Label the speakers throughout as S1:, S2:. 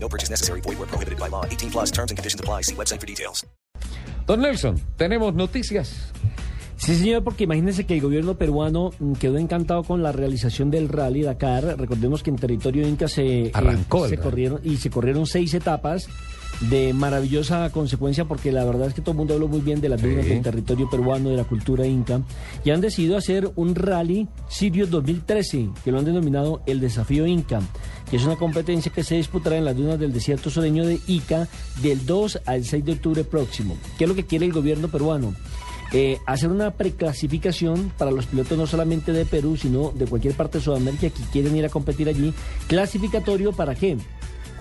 S1: No purchase necessary. Void where prohibited by law. 18 plus terms and conditions apply. See website for details.
S2: Don Nelson, tenemos noticias.
S3: Sí, señor, porque imagínense que el gobierno peruano mm, quedó encantado con la realización del Rally Dakar. Recordemos que en territorio inca se, eh,
S2: Arrancó el
S3: se
S2: rally.
S3: corrieron y se corrieron seis etapas de maravillosa consecuencia porque la verdad es que todo el mundo habló muy bien de las dunas del territorio peruano, de la cultura inca y han decidido hacer un rally Sirio 2013 que lo han denominado el desafío inca que es una competencia que se disputará en las dunas del desierto sureño de Ica del 2 al 6 de octubre próximo. ¿Qué es lo que quiere el gobierno peruano? eh, hacer una preclasificación para los pilotos no solamente de Perú, sino de cualquier parte de Sudamérica que quieren ir a competir allí. Clasificatorio para qué?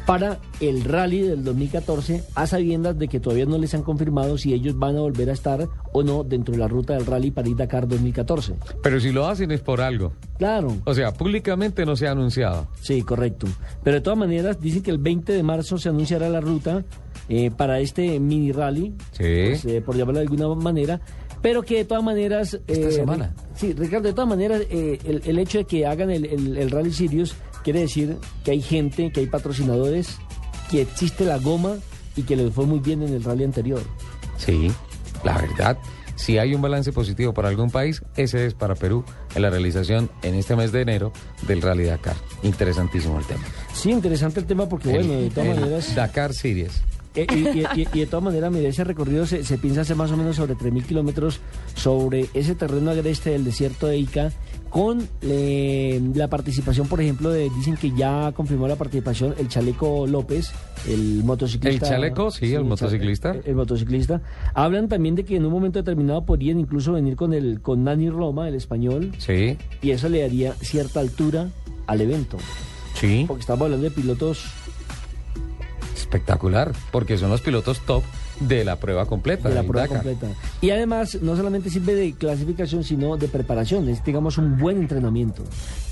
S3: Para el rally del 2014, a sabiendas de que todavía no les han confirmado si ellos van a volver a estar o no dentro de la ruta del rally París-Dakar 2014.
S2: Pero si lo hacen es por algo.
S3: Claro,
S2: O sea, públicamente no se ha anunciado.
S3: Sí, correcto. Pero de todas maneras, dicen que el 20 de marzo se anunciará la ruta eh, para este mini rally,
S2: Sí.
S3: pues, eh, por llamarlo de alguna manera. Pero que de todas maneras...
S2: Esta
S3: eh,
S2: semana.
S3: Sí, Ricardo, de todas maneras, eh, el, el hecho de que hagan el, el- el Rally Sirius quiere decir que hay gente, que hay patrocinadores, que existe la goma y que les fue muy bien en el rally anterior.
S2: Sí, la verdad. Si hay un balance positivo para algún país, ese es para Perú en la realización en este mes de enero del Rally Dakar. Interesantísimo el tema.
S3: Sí, interesante el tema porque,
S2: El-
S3: bueno, de todas
S2: el
S3: maneras...
S2: Dakar Series.
S3: Eh, y, y- y- y de todas maneras, mire, ese recorrido se, se piensa hacer más o menos sobre 3.000 kilómetros sobre ese terreno agreste del desierto de Ica, con eh, la participación, por ejemplo, de, dicen que ya confirmó la participación el Chaleco López, el motociclista.
S2: El Chaleco, sí, el
S3: cha-
S2: motociclista.
S3: El, el motociclista. Hablan también de que en un momento determinado podrían incluso venir con, el, con Nani Roma, el español,
S2: Sí,
S3: y eso le daría cierta altura al evento,
S2: sí.
S3: porque estamos hablando de pilotos
S2: Espectacular, porque son los pilotos top de la prueba completa.
S3: de la
S2: del
S3: prueba
S2: Dakar.
S3: completa. Y además, no solamente sirve de clasificación, sino de preparación. Es, digamos, un buen entrenamiento.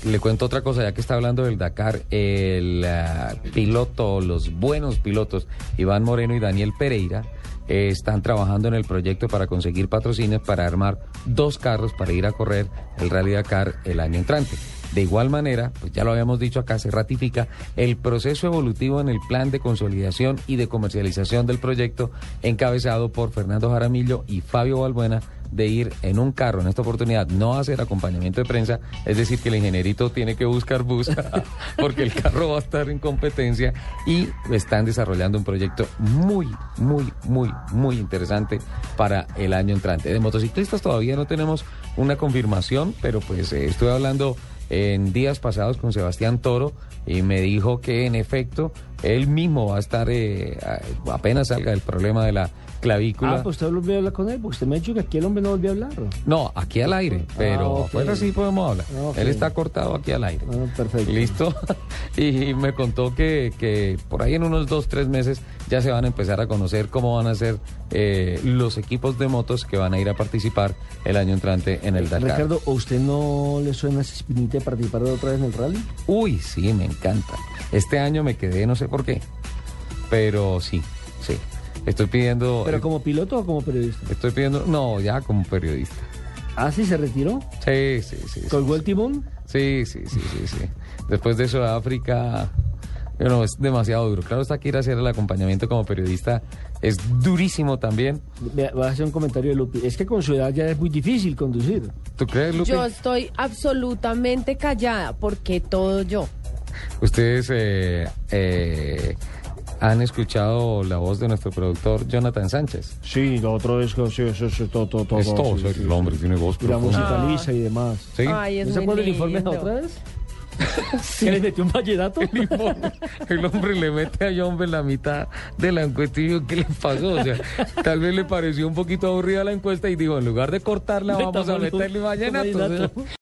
S2: Le cuento otra cosa, ya que está hablando del Dakar, el ah, piloto, los buenos pilotos, Iván Moreno y Daniel Pereira, eh, están trabajando en el proyecto para conseguir patrocinios para armar dos carros para ir a correr el Rally Dakar el año entrante. De igual manera, pues ya lo habíamos dicho acá, se ratifica el proceso evolutivo en el plan de consolidación y de comercialización del proyecto encabezado por Fernando Jaramillo y Fabio Balbuena de ir en un carro en esta oportunidad, no hacer acompañamiento de prensa, es decir, que el ingenierito tiene que buscar bus porque el carro va a estar en competencia y están desarrollando un proyecto muy, muy, muy, muy interesante para el año entrante. De motociclistas todavía no tenemos una confirmación, pero pues eh, estuve hablando en días pasados con Sebastián Toro y me dijo que en efecto él mismo va a estar eh, a- apenas salga el problema de la clavícula.
S3: Ah, pues usted volvió a hablar con él, porque usted me ha dicho que aquí el hombre no volvió a hablar.
S2: No, aquí al aire, pero
S3: Ah, ok.
S2: afuera sí podemos hablar.
S3: Ah, ok.
S2: Él está cortado aquí al aire.
S3: Ah, perfecto.
S2: Listo. Y me contó que, que por ahí en unos dos, tres meses ya se van a empezar a conocer cómo van a ser eh, los equipos de motos que van a ir a participar el año entrante en el Dakar.
S3: Ricardo, ¿o usted no le suena esa espinita de participar otra vez en el rally?
S2: Uy, sí, me encanta. Este año me quedé, no sé por qué, pero sí, sí. Estoy pidiendo...
S3: ¿Pero
S2: eh,
S3: como piloto o como periodista?
S2: Estoy pidiendo... No, ya como periodista.
S3: Ah, sí, se retiró.
S2: Sí, sí, sí. sí,
S3: Colgó el timón.
S2: Sí, sí, sí, sí, sí. Después de Sudáfrica, bueno, es demasiado duro. Claro está que ir a hacer el acompañamiento como periodista es durísimo también.
S3: Vea, Voy a hacer un comentario de Lupi. Es que con su edad ya es muy difícil conducir.
S2: ¿Tú crees, Lupe?
S4: Yo estoy absolutamente callada porque todo yo.
S2: Ustedes eh, eh, han escuchado la voz de nuestro productor Jonathan Sánchez.
S3: Sí, lo otro es que eso es todo, todo,
S2: es todo, el hombre tiene voz
S3: Y la
S2: profunda.
S3: musicaliza y demás.
S2: Sí.
S4: Ay, es
S3: ¿No se
S4: muy
S3: acuerda el informe
S4: lindo.
S3: de otra vez? ¿Que le metió un vallenato?
S2: El hombre le mete a John en la mitad de la encuesta y yo, ¿qué le pasó? O sea, tal vez le pareció un poquito aburrida la encuesta y dijo, en lugar de cortarla, vamos a meterle vallenato. O sea,